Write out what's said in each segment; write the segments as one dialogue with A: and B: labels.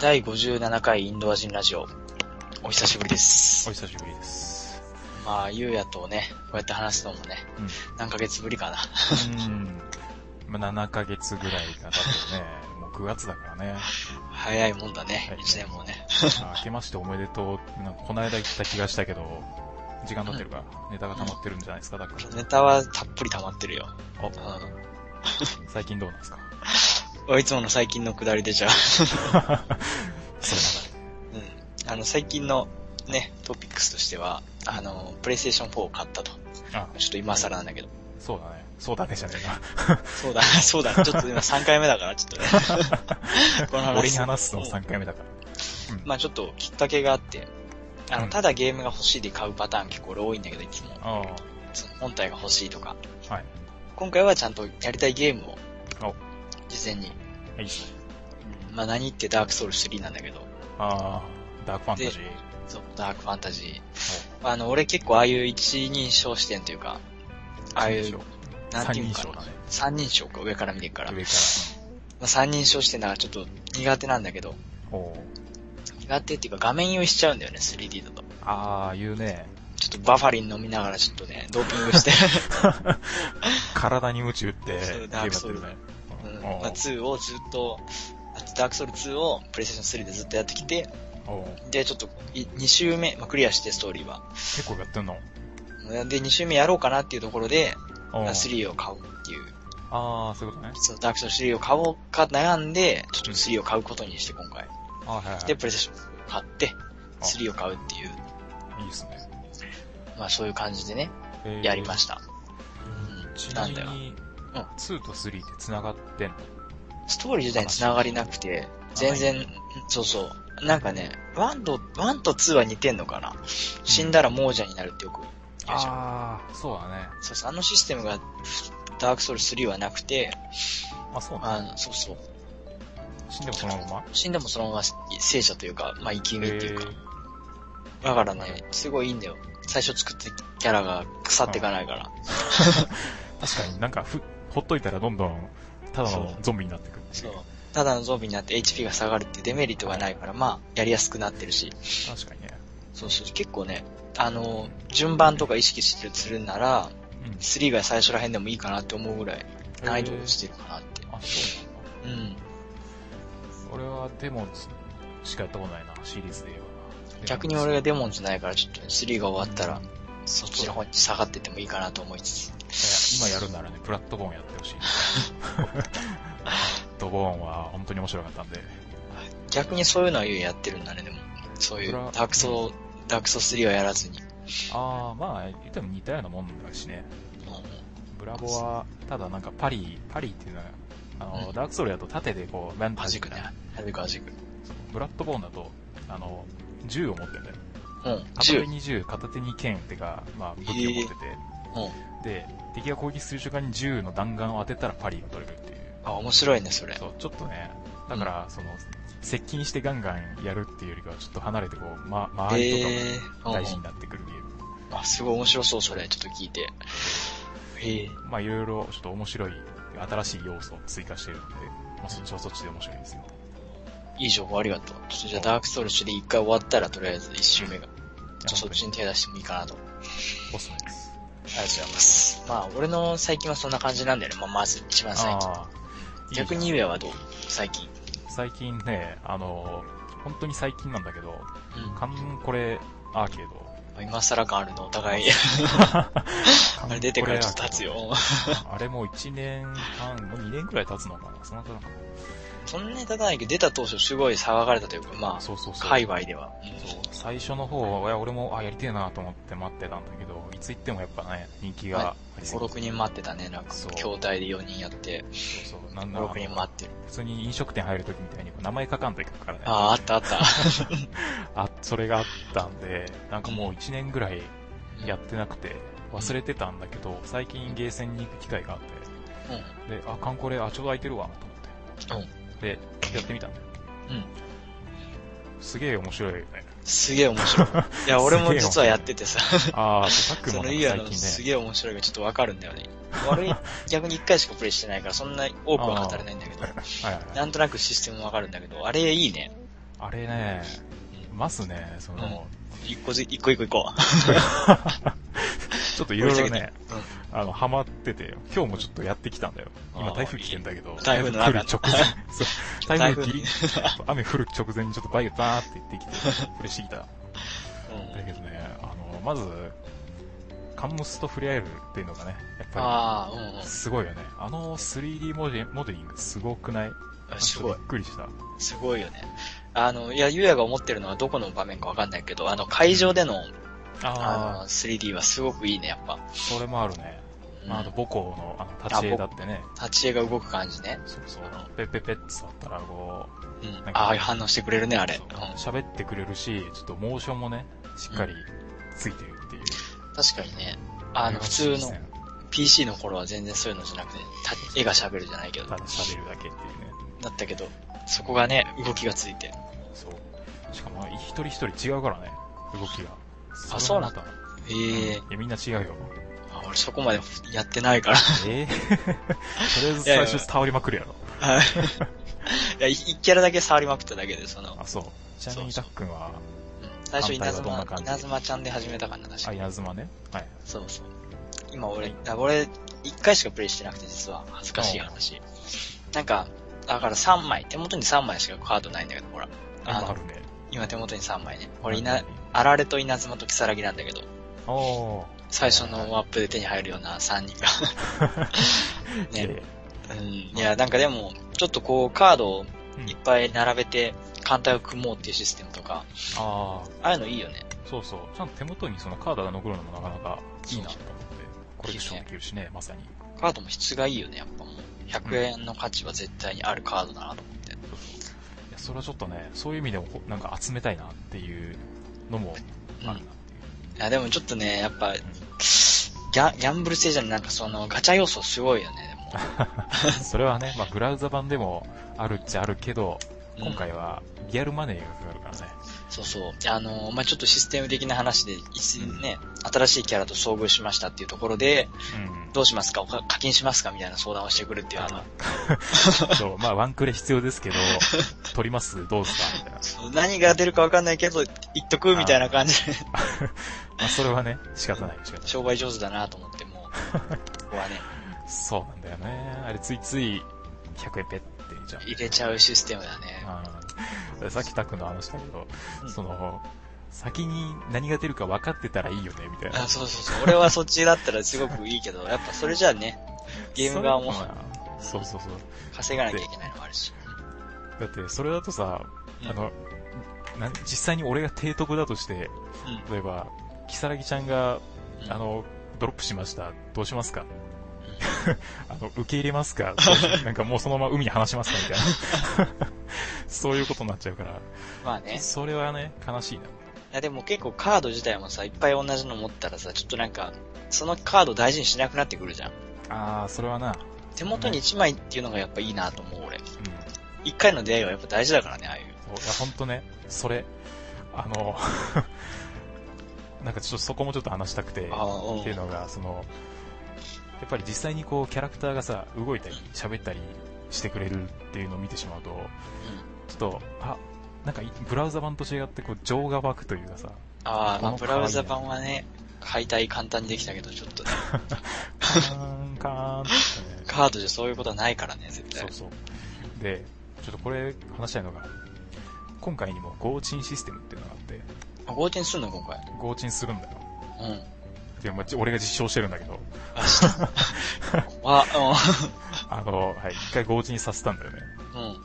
A: 第57回インドア人ラジオ。お久しぶりで
B: お
A: す。
B: 久しぶりです。
A: まあ、ゆうやとね、こうやって話すのもね、
B: うん
A: 何ヶ月ぶりかな。
B: うん。まあ、7ヶ月ぐらいが経ってね、もう9月だからね。
A: 早いもんだね
B: は、い
A: 一年もね。
B: まあ明けましておめでとう。なんかこの間言った気がしたけど、時間経ってるから、ネタが溜まってるんじゃないですか、だか
A: ネタはたっぷり溜まってるよ。
B: ら。お、最近どうなんですか
A: おいつもの最近のくだりでじゃあ、
B: そう
A: うん。あの、最近のね、トピックスとしては、あの、プレイステーション4を買ったと。
B: だね。あ、
A: ちょっと今更なんだけど。
B: そうだね。そうだねじゃね
A: そうだ、そうだ、ちょっと今3回目だから、ちょっと ね。この
B: えな。
A: 話
B: 俺に話すの3回目だから。うん。
A: まあちょっときっかけがあって、あの、
B: うん
A: ただゲームが欲しいで買うパターン結構俺多いんだけど、いつも。
B: あ
A: その本体が欲しいとか。
B: あ、はい。
A: 今回はちゃんとやりたいゲームを
B: お、
A: 事前に。
B: いいっすね。
A: まあ何ってダークソウル3なんだけど、
B: ああ、ダークファンタジー。
A: そう、ダークファンタジー。あの、俺結構ああいう一人称視点というか、ああい
B: 三
A: うなんていう
B: 人称、三人
A: か
B: 称だね。
A: 三人称か上から見ていくから。ま
B: 上か
A: あ、三人称視点だからちょっと苦手なんだけど、
B: ら。おう
A: 苦手っていうか画面用意しちゃうんだよね、3D だと。
B: ああ、言うね。
A: ちょっとバファリン飲みながらちょっとね、ドーピングして。
B: 体に鞭打って、
A: そうダークソウル
B: ゲームやって
A: う
B: る
A: ん
B: ね。
A: まあ、2をずっと、あとダークソウル2をプレイステーション3でずっとやってきて、
B: おうおう
A: で、ちょっと2周目、まあ、クリアしてストーリーは。
B: 結構やってんの
A: で、2周目やろうかなっていうところで、
B: おう
A: まあ3を買おうっていう、
B: ああ、そういうことね。
A: そのダークソウル3を買おうか悩んで、ちょっと3を買うことにして今回。
B: あーはいはい。
A: で、プレイステーションを買って、
B: あ
A: 3を買うっていう、
B: いいっすね。
A: まあそういう感じでね、
B: えー
A: やりました。
B: ち
A: な
B: なん
A: だよ
B: みに、
A: うん
B: 2と3って繋がってんの
A: ストーリー自体に繋がりなくて、全然、うんそうそう。なんかね、1と、1と2は似てんのかな死んだら亡者になるってよく言うじゃん。
B: ああ、そうだね。
A: そうそう、あのシステムが、ダークソウル3はなくて、
B: あ、そうな
A: あ
B: んだ。
A: のそうそう、
B: 死んでもそのまま
A: 死んでもそのまま生者というか、まあ生き身っていうか、
B: え
A: だからね、すごいいいんだよ。最初作ってキャラが腐っていかないから。
B: ー確かになんかふ、ほっといたらどんどん、ただ
A: そ
B: の
A: う
B: ゾンビになってくる。
A: そう。ただのゾンビになって HP が下がるってデメリットがないから、まあ、やりやすくなってるし。
B: 確かにね。
A: そうそう、結構ね、あの、順番とか意識してするんなら、
B: うん。
A: 3が最初ら辺でもいいかなって思うぐらい、難易度落ちてるかなって。
B: あ、そうなんだ。
A: うん。
B: 俺はデモンズしかやったことないな、シリーズで言えばな。
A: 逆に俺がデ
B: ン
A: モンズないから、ちょっと3が終わったら、
B: ね
A: そっちの方に下がってってもいいかなと思いつつ。
B: 今やるならね、プラットフォームやってほしい。ドボーンは本当に面白かったんで。
A: 逆にそういうのはゆうやってるんだね、でも。そういう、
B: それは
A: ダークソ、ダークソ3はやらずに。
B: ああ、まあ、言っても似たようなもんだしね。ブラボは、ただなんかパリ、パリっていうのは、あの、
A: うん
B: ダークソウルだと縦でこう、ラン
A: はじくね
B: な。。
A: はじくはじく。
B: ブラッドボーンだと、あの、銃を持ってんだよ。
A: うん。
B: 片手
A: 銃。
B: に銃、片手に剣ってか、まあ、武器を持ってて。
A: うん。
B: で、敵が攻撃する瞬間に銃の弾丸を当てたらパリが取れるっていう。
A: あ、面白いね、それ。
B: そう、ちょっとね、だから、その、接近してガンガンやるっていうよりかは、ちょっと離れてこう、ま、周りとか
A: え
B: も大事
A: ー
B: になってくるゲーム。
A: うん。あ、すごい面白そう、それ。ちょっと聞いて。へえ。
B: まあ、いろいろ、ちょっと面白い、新しい要素を追加してるんで、まあ、そっちはそっちで面白いですよ。
A: いい情報ありがとう。ちょっとじゃあ、ダークソウル3で一回終わったら、とりあえず一周目が。ちょっとそっちに手出してもいいかなと。あり
B: おすすめです。
A: がとうございます。まあ、俺の最近はそんな感じなんだよね。まあ、まず、一番最近。
B: ああ、いいじゃん
A: 逆にゆうやはどう最近。
B: 最近ね、あの、本当に最近なんだけど、
A: うん。
B: カンコレアーケード。
A: 今更感あるの、お互い。あれ出てからちょっと経つよ。
B: あれもう1年半、もう2年くらい経つのかなそんな経つのか
A: そんなに立たないけど、出た当初すごい騒がれたというか、ま
B: な
A: あ、
B: そうそうそう。
A: 界隈では。
B: そう最初の方は、いや俺も、あ、やりてえなと思って待ってたんだけど、いつ行ってもやっぱね、人気がありす
A: 5、
B: ぎて。
A: 6人待ってたね、なんか
B: そう、
A: 筐体で4人やって、
B: そうそう、なんな
A: 5、
B: ら、
A: 6人
B: 普
A: 待ってる。
B: 通に飲食店入るときみたいに、名前書かんといかんからね。
A: ああ、あったあった。
B: あ、それがあったんで、なんかもう1年ぐらいやってなくて、忘れてたんだけど、最近ゲーセンに行く機会があっ
A: うん。
B: て、で、あ、観光で、あ、ちょうど空いてるわ、と思って。で、やってみたんだよ。
A: うん。
B: すげえ面白いよ ね。
A: すげえ面 白い。いや、俺も実はやっててさ、
B: ああ、そうさっき
A: そ
B: も
A: の
B: な
A: イ
B: んか
A: ヤ
B: 最
A: のす
B: 近ね、
A: げえ面白いがちょっとわかるんだよ ね。俺、逆に1回しかプレイしてないから、そんな多くは語れないんだけど、
B: はいはいはい
A: なんとなくシステムわかるんだけど、あれいいね。
B: あれね、いますね、その、
A: 一個ず、一個一個一個。
B: ち ょっといろいろね、
A: うん
B: あの、ハマってて、今日もちょっとやってきたんだよ。今
A: あー
B: 台風来てんだけど、
A: 台風の
B: 来
A: 中
B: る直前、 そう、台風
A: 台風
B: ギリ、雨降る直前にちょっとバイクバーって行ってきて、嬉しいだ。
A: うん
B: だけどね、あの、まず、カンムスと触れ合えるっていうのがね、やっぱ
A: ああ、うん
B: り、すごいよね。あの 3D モデモデリングすごくない
A: うん。すごい
B: びっ。くりした。
A: すごいよね。あの、いや、ゆうやが思ってるのはどこの場面かわかんないけど、あの、会場での、あ
B: あ
A: の、3D はすごくいいね、やっぱ。
B: あ、それもあるね。
A: うん
B: まあ、あと母校のあの立ち絵だってね、
A: 立ち絵が動く感じね。
B: そうそう、ペッペッペッって触ったらこう、
A: うん
B: なん。か
A: ああ、反応してくれるね、あれ。
B: そ
A: う
B: う
A: ん
B: 喋ってくれるし、ちょっとモーションもね、しっかりついてるっていう。
A: 確かにね。あの、普通の PC の頃は全然そういうのじゃなくて、た絵が喋るじゃないけど、
B: た
A: だ
B: だ喋るだけっていうね。
A: ったけど、そこがね、動きがついて。
B: そう。しかも、一人一人違うからね、動きが。
A: あ
B: れがまた
A: ええ
B: いやみんな違 うよ。
A: あ俺そこまでやってないから。
B: えとりあ
A: い
B: えず
A: やい
B: 最
A: や
B: 初触りまくるやろ。
A: はい。いや、一キャラだけ触りまくっただけで、その、
B: あ、そう。ちなみに
A: そ
B: た
A: う
B: っくんは、
A: うん最初稲
B: 反対はどんな
A: 妻
B: 感、じ
A: 稲妻ちゃんで始めたかな、確か
B: あ、稲妻ね。はい。
A: そうそう。今俺、あ俺、一回しかプレイしてなくて実は、恥ずかしい話。なんか、だから3枚、手元に3枚しかカードないんだけど、ほら。あ
B: ああ
A: の、
B: るね。
A: 今手元に3枚ね。
B: あ
A: 俺、いな、あられと稲妻と如月なんだけど、
B: おー。
A: 最初のマップで手に入るような3人が。 ね。
B: ね。
A: うん。いや、なんかでも、ちょっとこう、カードを
B: うん
A: いっぱい並べて、艦隊を組もうっていうシステムとか、
B: あ
A: あ
B: あ。
A: あいうのいいよね。
B: そうそう。ちゃんと手元にそのカードが残るのもなかなかいいなと思って、コレクションできるしね、まさに。
A: カードも質がいいよね、やっぱもう。100円の価値は絶対にあるカードだなと思って。
B: いや、それはちょっとね、そういう意味でもこ、なんか集めたいなっていうのもあるな。
A: いや、でもちょっとね、やっぱ、ギャギャンブル性じゃん、なんかその、ガチャ要素すごいよね、
B: それはね、まあ、ブラウザ版でもあるっちゃあるけど、
A: でも。
B: 今回はリアルマネーがかかるからね。
A: うんそうそう。あの、まあ、ちょっとシステム的な話で、いつ
B: うん
A: ね、新しいキャラと遭遇しましたっていうところで、
B: うん。
A: どうしますかおか課金しますかみたいな相談をしてくるっていう、あの、
B: そう、まあ、ワンクレ必要ですけど、取りますどうですかみたいな。
A: そう何が出るかわかんないけど、言っとくみたいな感じで、
B: まあ、それはね、仕方ない、仕方ない。
A: 商売上手だなと思って、もう、ここはね、
B: そうなんだよね。あれ、ついつい、100円ペッて入れちゃう。
A: 入れちゃうシステムだね。
B: うんさっきたくんの話だけど、
A: うん
B: その、先に何が出るか分かってたらいいよね、みたいな
A: あ。そうそうそう。俺はそっちだったらすごくいいけど、やっぱそれじゃあね、ゲーム側も
B: それうんそうそうそう。
A: 稼がなきゃいけないのもあるし。
B: だって、それだとさ、
A: うん
B: あの、な実際に俺が提督だとして、
A: うん
B: 例えば、キサラギちゃんが、
A: うん
B: あの、ドロップしました。どうしますか あの、受け入れま すかどうしなんかもうそのまま海に放しますかみたいな。そういうことになっちゃうから。
A: まあね。
B: それはね、悲しいな。
A: いやでも結構カード自体もさ、いっぱい同じの持ったらさ、ちょっとなんか、そのカードを大事にしなくなってくるじゃん。
B: あー、それはな、
A: 手元に1枚っていうのがやっぱいいなと思う、俺。
B: うん。
A: 1回の出会いはやっぱ大事だからね、ああいう。
B: そういや、ほんとね、それ、あの、 なんかちょっとそこもちょっと話したくて、
A: ああ、うん。
B: っていうのが、その、やっぱり実際にこう、キャラクターがさ、動いたり、喋ったりしてくれるっていうのを見てしまうと、ちょっと、あ、なんかい、ブラウザ版と違って、こう、情が湧くというかさ、
A: ああ、まあ
B: この
A: ブラウザ版はね、解体簡単にできたけど、ちょっとね、
B: カーン、カーンってね、
A: カードじゃそういうことはないからね、絶
B: そ
A: 対
B: う。そう。で、ちょっとこれ、話したいのが、今回にも合鎮システムっていうのがあって、
A: あ、合点すんの、今回。
B: 合鎮するんだよ。
A: うん。
B: っていうまあち俺が実証してるんだけど、
A: あ、した。わ、
B: あの、はい、一回強人させたんだよね。
A: うん。 うん。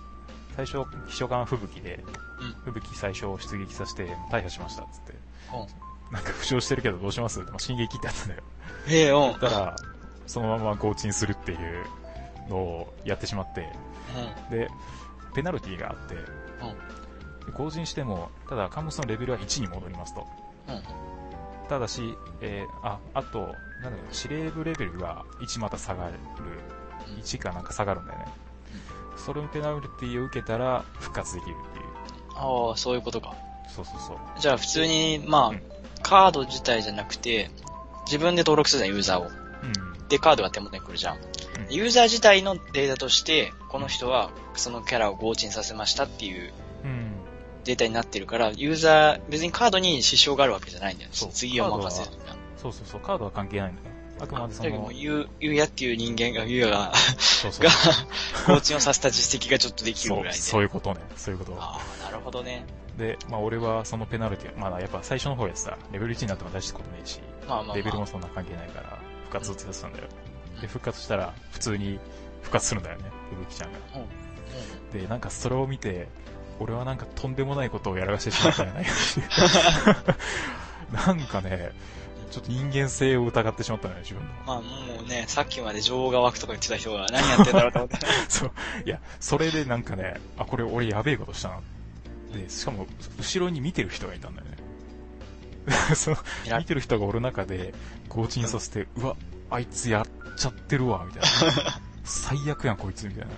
B: 最初、秘書官吹雪で、
A: うん
B: 吹雪最初出撃させて、大破しました、つって。
A: うん
B: なんか負傷してるけどどうしますって、まあ、進撃ってやったんだよ。
A: ええ、うん。うん。
B: だから、そのまま強人するっていうのをやってしまって、で、ペナルティーがあって、で強人しても、ただ、カンムスのレベルは1に戻りますと。
A: うん。
B: ただし、えーあ、あと、なんだろう、司令部レベルが1また下がる。
A: うん
B: 1かなんか下がるんだよね。それのペナルティを受けたら復活できるっていう。
A: ああ、そういうことか。
B: そうそうそう。
A: じゃあ普通に、ま
B: うん
A: あ、カード自体じゃなくて、自分で登録するじゃん、ユーザーを。
B: うん。
A: で、カードが手元に来るじゃん。ユーザー自体のデータとして、この人はそのキャラを合鎮させましたっていう
B: うん。
A: データになってるから、ユーザー、別にカードに支障があるわけじゃないんだよね。
B: そう
A: 次を任せる
B: そうそうそう、カードは関係ないんだよ。あくまでそ
A: だけども
B: の
A: う、、ゆう、ゆうやっていう人間が、ゆうやが、
B: そうそう
A: が、 更新をさせた実績がちょっとできる
B: そ
A: ぐら
B: う
A: いで。
B: そういうことね。そういうこと。
A: ああ、なるほどね。
B: で、まあ俺はそのペナルティ、まだやっぱ最初の方やってた。レベル1になっても大したことねえし、
A: まあまあ、まあ。
B: レベルもそんな関係ないから、復活を手伝ってたんだよ。で、復活したら、普通に復活するんだよね、うぶきちゃんが。で、なんかそれを見て、俺はなんかとんでもないことをやらかしてしまったんじゃないかっていうなんかね、ちょっと人間性を疑ってしまったのよ、自分の。
A: まあもうね、さっきまで女王が湧くとか言ってた人が何やってんだろうと思っ て。
B: そう。いや、それでなんかね、あ、これ俺やべえことしたな。で、しかも、後ろに見てる人がいたんだよね。 その
A: 見られ
B: 見てる人がおる中で、強沈させて、うわ、あいつやっちゃってるわ、みたいな。最悪やん、こいつ、みたいな。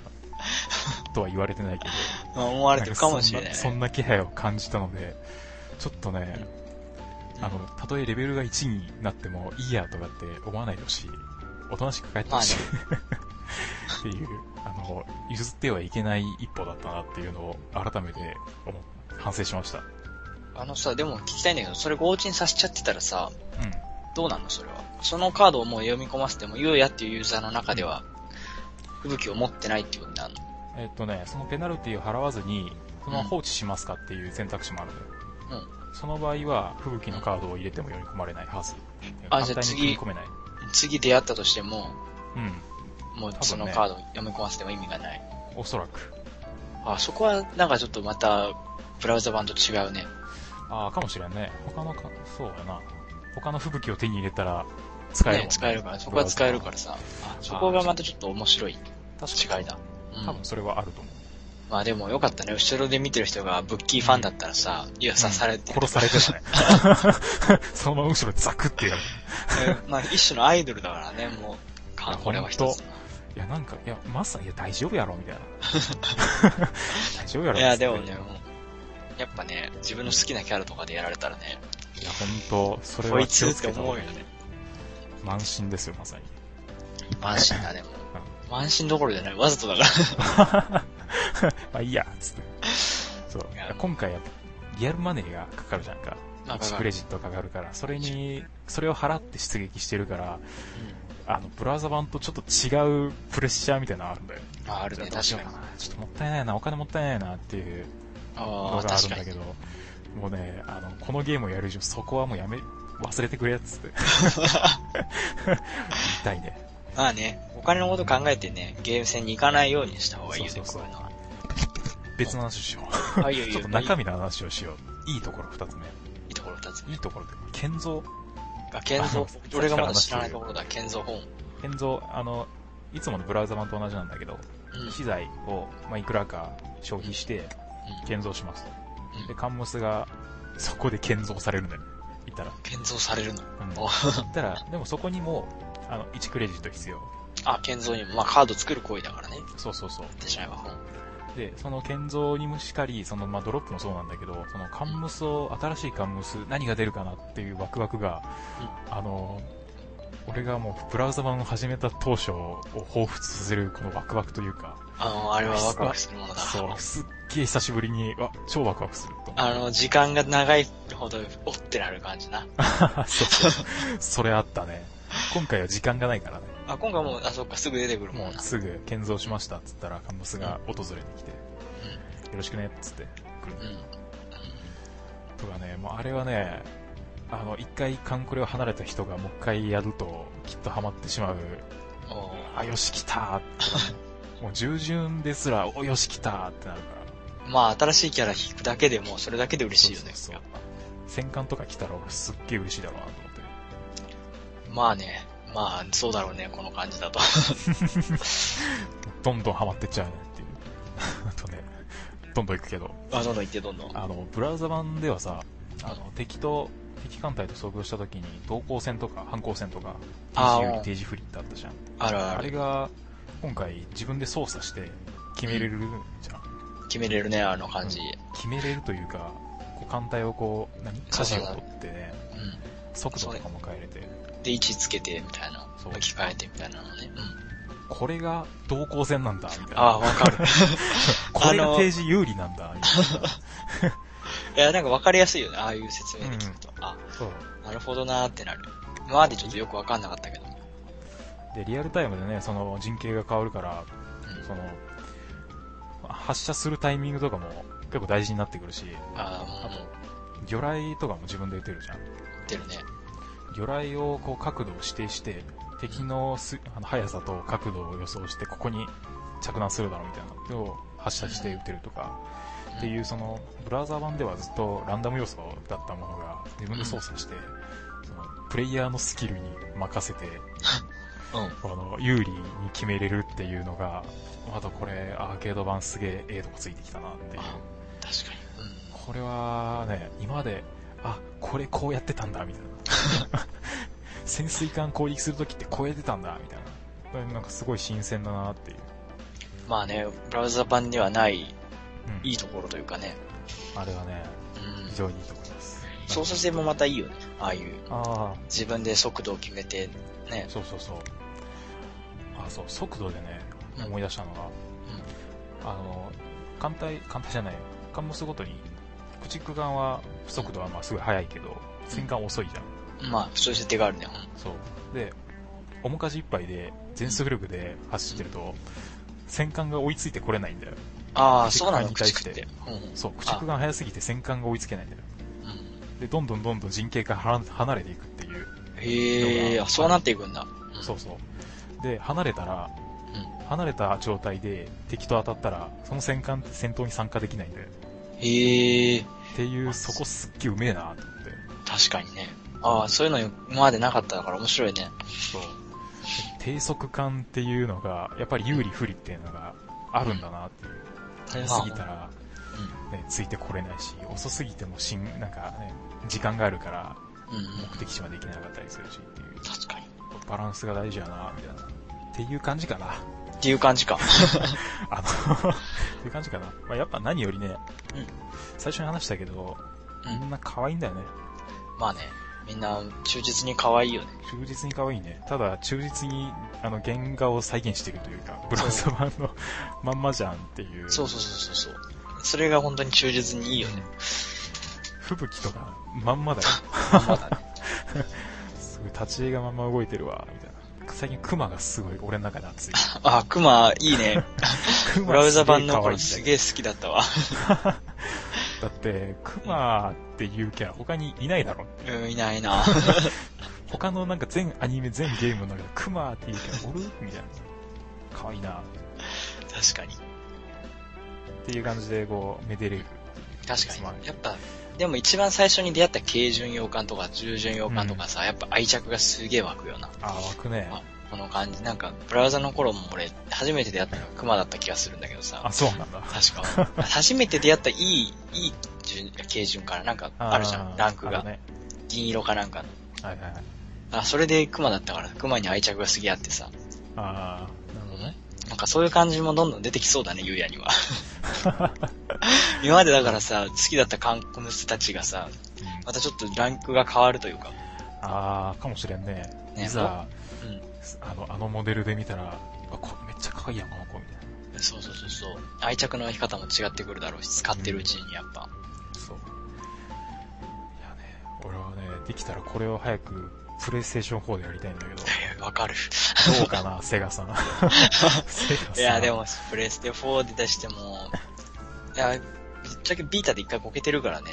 B: とは言われてないけど。
A: まあ思われてるかもしれない
B: んかそんなそんな気配を感じたので、ちょっとね、
A: うん
B: あの、たとえレベルが1になってもいいやとかって思わないでほしい。おとなしく帰ってほしい。 っていう、あの、譲ってはいけない一歩だったなっていうのを改めて思っ反省しました。うん。
A: あのさ、でも聞きたいんだけど、それ強沈させちゃってたらさ、どうなんのそれは。そのカードをもう読み込ませても、ゆうやっていうユーザーの中では、吹雪を持ってないっていうことになるの。
B: えっとね、そのペナルティを払わずに、そのまま放置しますかっていう選択肢もあるのよ。その場合は、吹雪のカードを入れても読み込まれないはず。
A: あ
B: 簡
A: じゃあ
B: 単に
A: 次
B: 組み込めない。
A: うん。次出会ったとしても、
B: うん。
A: もう
B: ね
A: そのカードを読み込ませても意味がない。
B: おそらく。
A: あ、そこはなんかちょっとまた、ブラウザ版と違うね。
B: ああ、かもしれんね。他のか、そうやな。他の吹雪を手に入れたら、使えるもん、
A: ね、使えるから、そこは使えるからさ。あそこがまたちょっと面白い
B: ら。確か
A: 違
B: に
A: い。だ。うん
B: 多分それはあると思う。
A: まあでもよかったね。後ろで見てる人がブッキーファンだったらさ、いや、刺されて、
B: 殺され てたね。そのまま後ろでザクってやる。
A: え まあ一種のアイドルだからね、もう、か
B: いや
A: これは一つ。
B: いや、なんか、いや、まさに、いや、大丈夫やろ、みたいな。大丈夫やろ。
A: いや、でもね、
B: い
A: もうやっぱね、自分の好きなキャラとかでやられたらね、
B: や、ほんと、それ
A: こ
B: はい気
A: つ
B: を
A: っ
B: つ
A: て
B: けた
A: 思
B: 方
A: う
B: が
A: よ
B: いい
A: ね。
B: 満身ですよ、まさに。
A: 満身だね、もう。満身どころじゃない、わざとだ から。
B: まあいいや、つって。そう
A: いや。
B: 今回やっぱ、リアルマネーがかかるじゃんか。
A: まあかかる
B: 1クレジットかかるから、それに、それを払って出撃してるから、あの、ブラウザ版とちょっと違うプレッシャーみたいなのあるんだよ。
A: うんああるね、
B: どうし
A: 確
B: よ
A: か
B: う
A: に。
B: なちょっともったいないな、お金もったいないなっていう
A: あ
B: の
A: あ、
B: があるん
A: 確か
B: だ
A: に
B: け。ど、もうね、あの、このゲームをやる以上、そこはもうやめ、忘れてくれっつって。言いたいね。
A: まあね、お金のこと考えてね、ゲーム戦に行かないようにした方がいいよ
B: そ
A: ね
B: う、そ
A: こ
B: う
A: う
B: そ
A: い
B: う
A: うの
B: 別の話をしよう。
A: は。あ、いいよいい
B: ちょ
A: よ
B: っと中身の話をしよう。いいところ二つ
A: いいところ二つ
B: 目。いいところって、建造。
A: あ、 建
B: あの
A: 造
B: さっき、から
A: 俺がまだ知らないところだ、建造本。
B: 建造、あの、いつものブラウザ版と同じなんだけど、
A: うん。
B: 資材を、まあ、いくらか消費して、建造しますと。
A: うん
B: で、カンモスが、そこで建造されるんだよね。行ったら。
A: 建造されるの。
B: うん
A: お
B: 行ったら、でもそこにも、あの、1クレジット必要。
A: あ、建造にも。まあ、カード作る行為だからね。
B: そうそうそう。
A: 私は本。
B: で、その建造にもしかり、その、まあ、ドロップもそうなんだけど、その、カンムスを、新しいカンムス、何が出るかなっていうワクワクが、あの、俺がもう、ブラウザ版を始めた当初を彷彿させる、このワクワクというか、
A: あの、あれはワクワクするものだ。
B: そう、すっげえ久しぶりに、わ、超ワクワクすると思う。
A: あの、時間が長いほど、おってなる感じな。
B: そうそう。それあったね。今回は時間がないからね。
A: あ、今回もう、あ、そっか、すぐ出てくるも
B: も
A: ん
B: う
A: な。
B: すぐ建造しましたっつったら、カンボスが訪れてきて、よろしくねっつって来る
A: うん。うん。
B: とかね、もうあれはね、あの、一回カンコレを離れた人がもう一回やると、きっとハマってしまう、
A: おー
B: あ、よし来たーって、 もう従順ですら、お、よし来たーってなるから。
A: まあ、新しいキャラ引くだけでも、それだけで嬉しいよね。
B: そうそうそう戦艦とか来たら俺すっげえ嬉しいだろうなと思って。
A: まあね、まあ、そうだろうね、この感じだと。
B: どんどんハマってっちゃうねっていう。 あとね、どんどん行くけど。
A: あ、どんどん行って、どんどん。
B: あの、ブラウザ版ではさ、あの、敵と、敵艦隊と遭遇した時に、同行船とか、反行船とか、定
A: あー
B: 時より定時不利ってあったじゃん。
A: あるあ
B: あ
A: る。
B: れが、今回自分で操作して、決めれるじゃん。
A: 決めれるね、あの感じ。
B: 決めれるというか、こう艦隊をこう、何
A: そうそう
B: 舵を取ってね、
A: う
B: 速度とかも変えれて、
A: ん。で、位置つけて、みたいな。
B: そう
A: 置き換えて、みたいなのね。うん。
B: これが同行船なんだ、みたい
A: あ、
B: な。
A: わかる。
B: これ
A: あ
B: が
A: の
B: 定時有利なんだ、みたいな。
A: いや、なんか分かりやすいよね、ああいう説明で聞くと。あ、
B: そう
A: なるほどなーってなる。今までちょっとよく分かんなかったけど。
B: でリアルタイムでねその陣形が変わるから
A: うん
B: その発射するタイミングとかも結構大事になってくるし
A: ああ、
B: あ
A: もう、
B: と魚雷とかも自分で打てるじゃん
A: 言ってるね。
B: 魚雷をこう角度を指定して敵のすあの速さと角度を予想してここに着弾するだろうみたいなのを発射して打てるとかっていうそのブラウザー版ではずっとランダム要素だったものが自分で操作してそのプレイヤーのスキルに任せて
A: うん。
B: あの有利に決めれるっていうのがまたこれアーケード版すげえええとこついてきたなっていう
A: あ確かに。うん。
B: これはね今まであこれこうやってたんだみたいな 潜水艦攻撃するときってこうやってたんだみたいなだからなんかすごい新鮮だなっていう、
A: まあね、ブラウザ版にはない、
B: うん
A: いいところというかね。
B: あれはね
A: うん
B: 非。常にいいと思います
A: 操作性もまたいいよね。ああいう、
B: ああ
A: 自分で速度を決めて、ね。
B: そうそうそうあそう速度でね
A: うん
B: 思い出したのが、あの艦隊艦隊じゃない艦モスごとに駆逐艦は速度はまあすごい速いけど戦艦遅いじゃん
A: まあ、そういう設定があるね。
B: そうで面かじ一杯で全速力で走ってると戦艦が追いついてこれないんだよ
A: ああ、
B: 駆逐
A: そうなの、
B: 艦に
A: 駆
B: 対
A: 逐っ
B: して
A: て。うんうん。
B: そう駆逐艦速すぎて戦艦が追いつけないんだよ
A: うん
B: でどんどんどんどん陣形から離離れていくっていう
A: へえ、あそうなっていくんだ。うん
B: そうそうで離れたら離れた状態で敵と当たったらその戦艦って戦闘に参加できないんだよ
A: へえ、
B: っていうそこすっげえうめえなと思って
A: 確かにね。ああ、そういうの今までなかったから面白いね。
B: そう低速感っていうのがやっぱり有利不利っていうのがあるんだなっていう早すぎたら、ね、ついてこれないし遅すぎてもしんなんか、ね、時間があるから
A: うんうん。
B: 目的地まで行けなかったりするしっていう
A: 確かに。
B: バランスが大事やなみたいなっていう感じかな
A: っていう感じか。
B: あのっていう感じかな、まあ、やっぱ何よりね、
A: うん
B: 最初に話したけど
A: うん
B: みんな可愛いんだよね
A: まあね、みんな忠実に可愛いよね。
B: 忠実に可愛いね。ただ、忠実に、あの、原画を再現してるというか、ブラウザ版の まんまじゃんっていう。
A: そうそうそうそうそう。それが本当に忠実にいいよね。
B: 吹雪とか、まんまだよ。
A: まだね。
B: すごい、立ち絵がまんま動いてるわ、みたいな。最近、クマがすごい、俺の中で 熱い。
A: あ、クマ、いい ね。
B: クマ
A: ブラウザ版
B: すげ
A: の
B: え可
A: 頃
B: 愛いんだ
A: す
B: よ
A: げえ好きだったわ。
B: だって、クマっていうキャラ他にいないだろ。
A: うん、いない な。
B: 他のなんか全アニメ、全ゲームの中で、クマっていうキャラおるみたいな。可愛いな、
A: 確かに。
B: っていう感じで、こう、めでれる。
A: 確かに。やっぱ、でも一番最初に出会った軽巡洋艦とか従巡洋艦とかさ、やっぱ愛着がすげえ湧くよな。
B: あー、湧くね。
A: あこの感じ。なんか、ブラウザの頃も俺、初めて出会ったのがクマだった気がするんだけど
B: あ、
A: さ。
B: そうなんだ。
A: 確か。初めて出会ったいい、いい順軽巡からなんか あるじゃ
B: ー
A: ん、ランク
B: ある
A: が。
B: ね。
A: 銀色かなんかの。
B: はいはいはい。
A: あ、それでクマだったから、クマに愛着がすげえあってさ。
B: ああ、なるほどね。
A: なんかそういう感じもどんどん出てきそうだね、ゆうやに は。今までだからさ、好きだった韓国の人たちがさ、またちょっとランクが変わるというか。
B: ああ、かもしれんね。
A: ね
B: いざ、
A: うん。
B: あの、あのモデルで見たら、あこめっちゃ可愛いやん、この子、みたいな。
A: そうそうそうそう。愛着の湧き方も違ってくるだろうし、使ってるうちにやっぱ。
B: そう。いやね、俺はね、できたらこれを早く、プレイステーション4でやりたいんだけ ど、
A: わかる。
B: どうかな、セガ さん。セガさん。
A: いや、で。も、プレステ4で出しても、いや、ぶっちゃけビータで一回こけてるからね。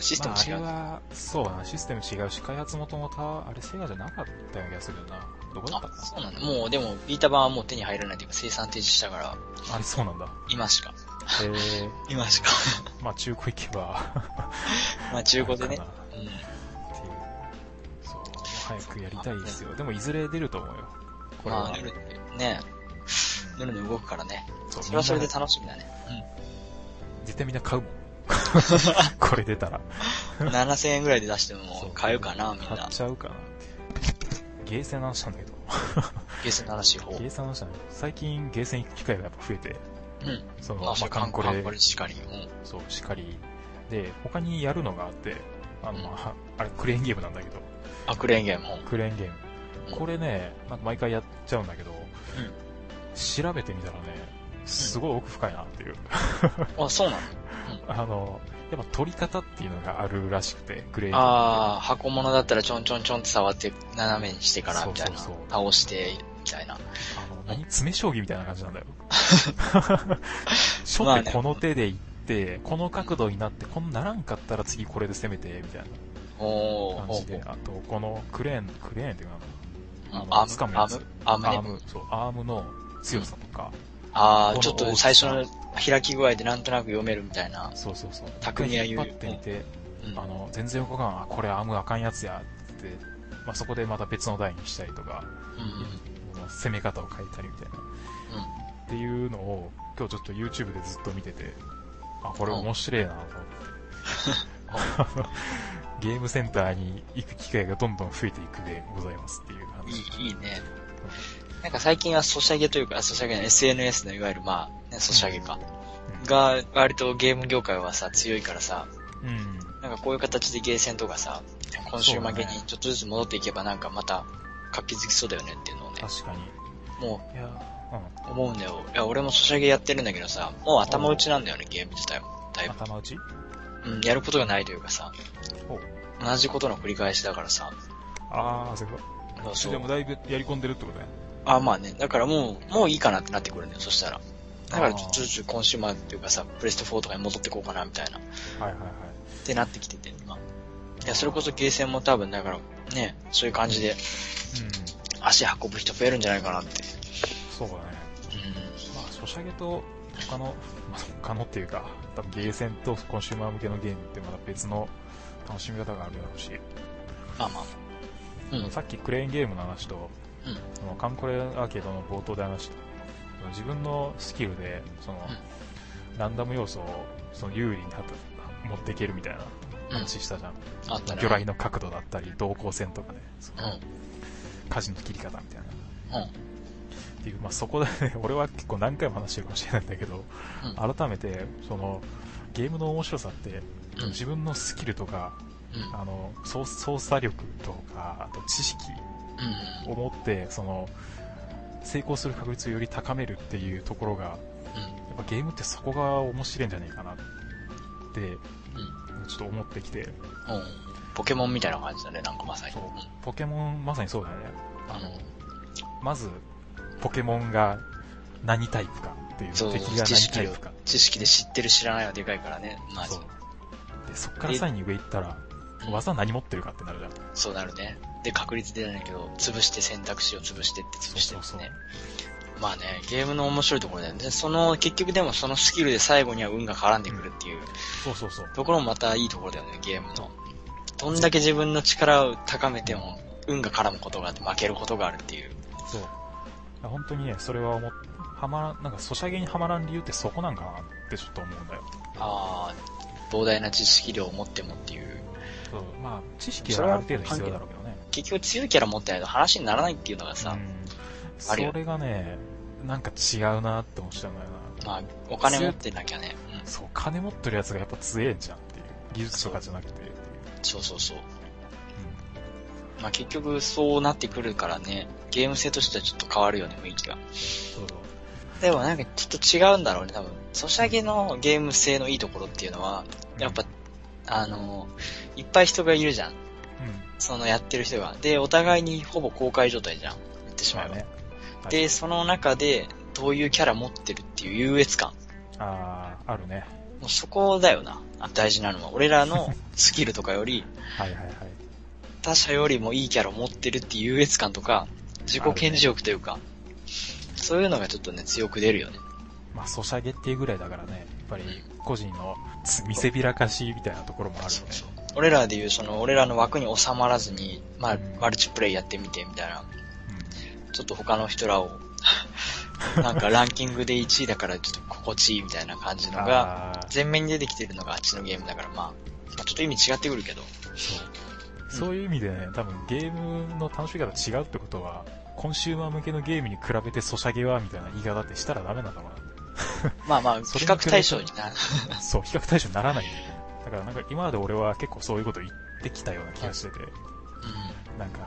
A: システム違う。
B: まあ、あれは、そうだな、システム違うし、開発元もた、あれセガじゃなかったような気がするよな。どこだった
A: あ
B: か、
A: そうなんだ。もう、でも、ビータ版はもう手に入らないというか、生産停止したから、
B: なあれ、そう なんだ。
A: 今しか。
B: えー、
A: 今しか。
B: まあ、中古行けば、
A: まあ、中古でね
B: あれ。かな
A: うん。
B: って いう。そう、早くやりたいですよ。でも、いずれ出ると思うよ。これは。
A: まあ、夜ね、夜に動くからね。
B: そう
A: それはそれで
B: みんな
A: 楽しみ だね。
B: 絶対みん な買うもん。これ出たら。
A: うん。7000円ぐらいで出して
B: そう
A: も、買うかな、みん
B: 買
A: な
B: っ。ちゃうかな。ゲーセンの話なんだけど。
A: ゲスの話を。
B: ゲーセンの話なんだけど、最近ゲーセン行く機会がやっぱ増えて、
A: うん。
B: その、
A: まあ、
B: まあ、カンコレ
A: こ、れしかり。うん。
B: そう、しかり。で、他にやるのがあって、あの、
A: うん
B: まあ、あれ、クレーンゲームなんだけど、
A: あ、クレーンゲーム。
B: クレーンゲーム。
A: うん
B: これね、なんか毎回やっちゃうんだけど、調べてみたらね、すごい奥深いなっていう。
A: うん。あ、そうなの
B: あの、やっぱ取り方っていうのがあるらしくて、グレード
A: ああ、箱物だったらちょんちょんちょんって触って、斜めにしてからみたいな。
B: そうそうそう
A: 倒して、みたいな。
B: あの、何詰め将棋みたいな感じな んだよ。
A: ま
B: 初
A: あ
B: 手
A: ね
B: この手で行って、この角度になって、こんならんかったら次これで攻めて、みたい
A: お
B: な
A: ー、
B: 感
A: お
B: じで、あと、このクレーン、クレーンっていうかな、
A: ア
B: 掴
A: ー
B: む
A: ム、ア
B: や
A: ーム
B: つ、
A: アーム
B: ア
A: ね
B: ー。ム、そう、アームの強さとか、
A: ああ、
B: この
A: ちょっと最初の開き具合でなんとなく読めるみたいな。
B: そうそうそう。
A: 巧みな
B: 引っ張ってみて、
A: うん
B: あの、全然動かん、あ、これアームあかんやつや、って、まあ、そこでまた別の台にしたりとか、
A: うんうん
B: もう攻め方を変えたりみたいな。っていうのを、今日ちょっと YouTube でずっと見てて、あ、これ面白いなと思って。 ゲームセンターに行く機会がどんどん増えていくでございますっていう感じ。
A: いい、いいね。なんか最近はソシャゲというか、ソシャゲの SNS のいわゆるまあ、ね、ソシャゲか。が、割とゲーム業界はさ、強いからさ、
B: うん。
A: なんかこういう形でゲーセンとかさ、今週負け
B: そうだ
A: に
B: ね
A: ちょっとずつ戻っていけばなんかまた活気づきそうだよねっていうのをね、
B: 確かに。
A: も
B: いや、
A: う思うんだよ。いや、俺もソシャゲやってるんだけどさ、もう頭打ちなんだよね、ゲーム自体も。だ
B: う
A: い
B: ん。
A: ぶ。
B: 頭打ち
A: うん、やることがないというかさ、
B: ほう。
A: 同じことの繰り返しだからさ、
B: あー、そういうこ
A: そう
B: と。
A: そ
B: で
A: う
B: も。だいぶやり込んでるってことね。
A: あ、まあね、だからもう、もういいかなってなってくるんだよ、そしたら。だから、
B: あー
A: ちょっとずつコンシューマーっていうかさ、プレステ4とかに戻ってこうかな、みたいな。っ
B: はいはいはい。
A: てなってきてて、今。いや、それこそゲーセンも多分、だから、ね、そういう感じで、
B: うん。
A: 足運ぶ人増えるんじゃないかなって。
B: そうだね。
A: う
B: まあ、ソシャゲと他の、まあ、他のっていうか、多分ゲーセンとコンシューマー向けのゲームってまた別の楽しみ方があるだろうし、
A: ん。まあまあ。うん。うん。
B: さっきクレーンゲームの話と、そのカンコレアーケードの冒頭で話した、自分のスキルで、その、ランダム要素をその有利には持っていけるみたいな話したじゃん。
A: あったね。
B: 魚雷の角度だったり、動向線とかね、その、
A: うん。
B: 舵の切り方みたいな。
A: うん。
B: っていう、まあ、そこで、ね、 俺は結構何回も話してるかもしれないんだけど、
A: う
B: 改めてそのゲームの面白さって、
A: うん
B: 自分のスキルとか
A: うん。
B: あの操操作力とかあと知識
A: うん。
B: を持ってその成功する確率をより高めるっていうところがやっぱゲームってそこが面白いんじゃないかなって
A: う
B: ちょっと思ってきて
A: ん。うん。ポケモンみたいな感じだね、なんかまさに。
B: そう
A: うん
B: ポケモンまさにそうだよねあ
A: う
B: の
A: ん
B: まずポケモンが何タイプかっていう
A: そう
B: 敵が
A: 知
B: 何
A: 識
B: タ
A: を
B: イプか
A: 知識で知ってる知らないはでかいからね。まあ、
B: そ
A: そう
B: でそっからさらに上行ったら
A: うん
B: 技何持ってるかってなるじゃん
A: うなるね。で、確率でじゃないけど、潰して選択肢を潰してって潰してですね。まあね、ゲームの面白いところだよね。でその、結局でもそのスキルで最後には運が絡んでくるっていう
B: そうそうそう
A: ところもまたいいところだよね、ゲームの。どんだけ自分の力を高めても、運が絡むことがあって負けることがあるっていう。
B: そういや本当にねそれは思っはまらんなんかソシャゲにはまらん理由ってそこなんかなってちょっと思うんだよ
A: ああ、膨大な知識量を持ってもっていう。
B: そうまあ知識
A: それ
B: は
A: は
B: ある程度必要だろうけどね
A: 結局強いキャラ持ってないと話にならないっていうのがさ、
B: う
A: あ
B: んそ
A: るよ
B: れがねなんか違うなって思っちゃうんだよな
A: まあ、お金持ってなきゃね。うん
B: そう金持ってるやつがやっぱ強えんじゃんっていう技術とかじゃなくて
A: そうそうそう。まあ結局そうなってくるからね、ゲーム性としてはちょっと変わるよね、雰囲気が。
B: そうそう
A: でもなんかちょっと違うんだろうね、多分。ソシャゲのゲーム性のいいところっていうのは、やっぱ、あの、いっぱい人がいるじゃん。
B: うん
A: そのやってる人が。で、お互いにほぼ公開状態じゃん。言ってしまえば。
B: はい
A: で、その中で、どういうキャラ持ってるっていう優越感。
B: あああるね
A: もうそこだよな。あ大事なのは。俺らのスキルとかより、
B: はいはいはい
A: 他者よりもいいキャラを持ってるっていう優越感とか、自己顕示欲というか、そういうのがちょっとね、強く出るよね。
B: まあ、ソシャゲっていうぐらいだからね、やっぱり個人の見せびらかしみたいなところもあるよね。
A: 俺らでいう、その、俺らの枠に収まらずに、ま
B: う
A: あ
B: ん、
A: マルチプレイやってみて、みたいな。ちょっと他の人らを、 なんかランキングで1位だからちょっと心地いいみたいな感じ
B: うん、
A: のが、
B: あー
A: 前面に出てきてるのがあっちのゲームだから、まあ、まあちょっと意味違ってくるけど。
B: そうそういう意味でね、多分ゲームの楽しみ方違うってことは、コンシューマー向けのゲームに比べてソシャゲはみたいな言い方ってしたらダメなんだろう
A: まあまあ、
B: それ
A: 比
B: に
A: 較対象になる。
B: な。そう、比較対象にならないんだよね。だからなんか今まで俺は結構そういうこと言ってきたような気がしてて、
A: うん。
B: なんか、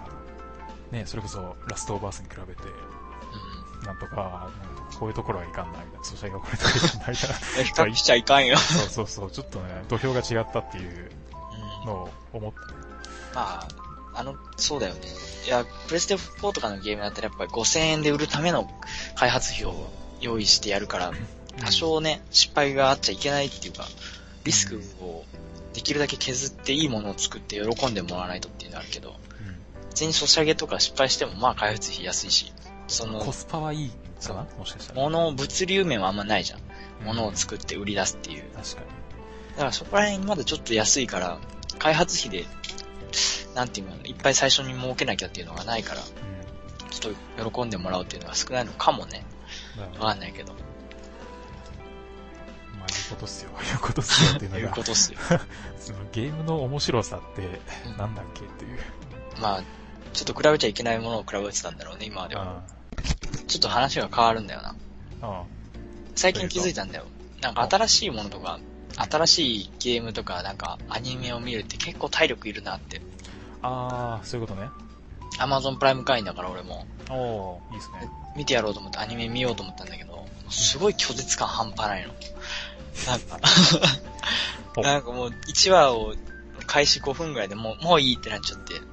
B: ね、それこそラストオーバースに比べて、
A: うん。
B: なんとか、なんかこういうところはいかんな、みたいな。ソシャゲはこれとかいかんな、みたいな。
A: 比較しちゃいかんよ。
B: そうそうそう、ちょっとね、土俵が違ったっていう
A: うん
B: のを思って。
A: まあ、あの、そうだよね。いや、プレステ4とかのゲームだったらやっぱり5000円で売るための開発費を用意してやるから、多少ね、失敗があっちゃいけないっていうか、リスクをできるだけ削っていいものを作って喜んでもらわないとっていうのはあるけど、
B: うん
A: 別にソシャゲとか失敗してもまあ開発費安いし、その
B: コ、スパはいいかなもしかしたら。
A: 物を、物流面はあんまないじゃん。物を
B: うん
A: 作って売り出すっていう。
B: 確かに。
A: だからそこら辺まだちょっと安いから、開発費で、なんていうの、いっぱい最初に儲けなきゃっていうのがないから、
B: うん
A: ちょっと喜んでもらうっていうのが少ないのかもね。
B: だから
A: わかんないけど。
B: まあ、いうことっすよ。 いうことっすよっていう
A: いう
B: のが
A: こ、とっすよ。
B: そのゲームの面白さって
A: うん
B: なんだっけっていう。
A: まあ、ちょっと比べちゃいけないものを比べてたんだろうね、今までは。
B: あ
A: ちょっと話が変わるんだよな。
B: あ
A: 最近気づいたんだよ。なんか新しいものとか、新しいゲームとか、なんかアニメを見るって結構体力いるなって。
B: ああ、そういうことね。
A: Amazon プライム会員だから俺も、
B: おおいいですね。
A: 見てやろうと思ってアニメ見ようと思ったんだけど、すごい拒絶感半端ないの。なんか、
B: お
A: なんかもう1話を開始5分ぐらいでもう、もういいってなっちゃって、受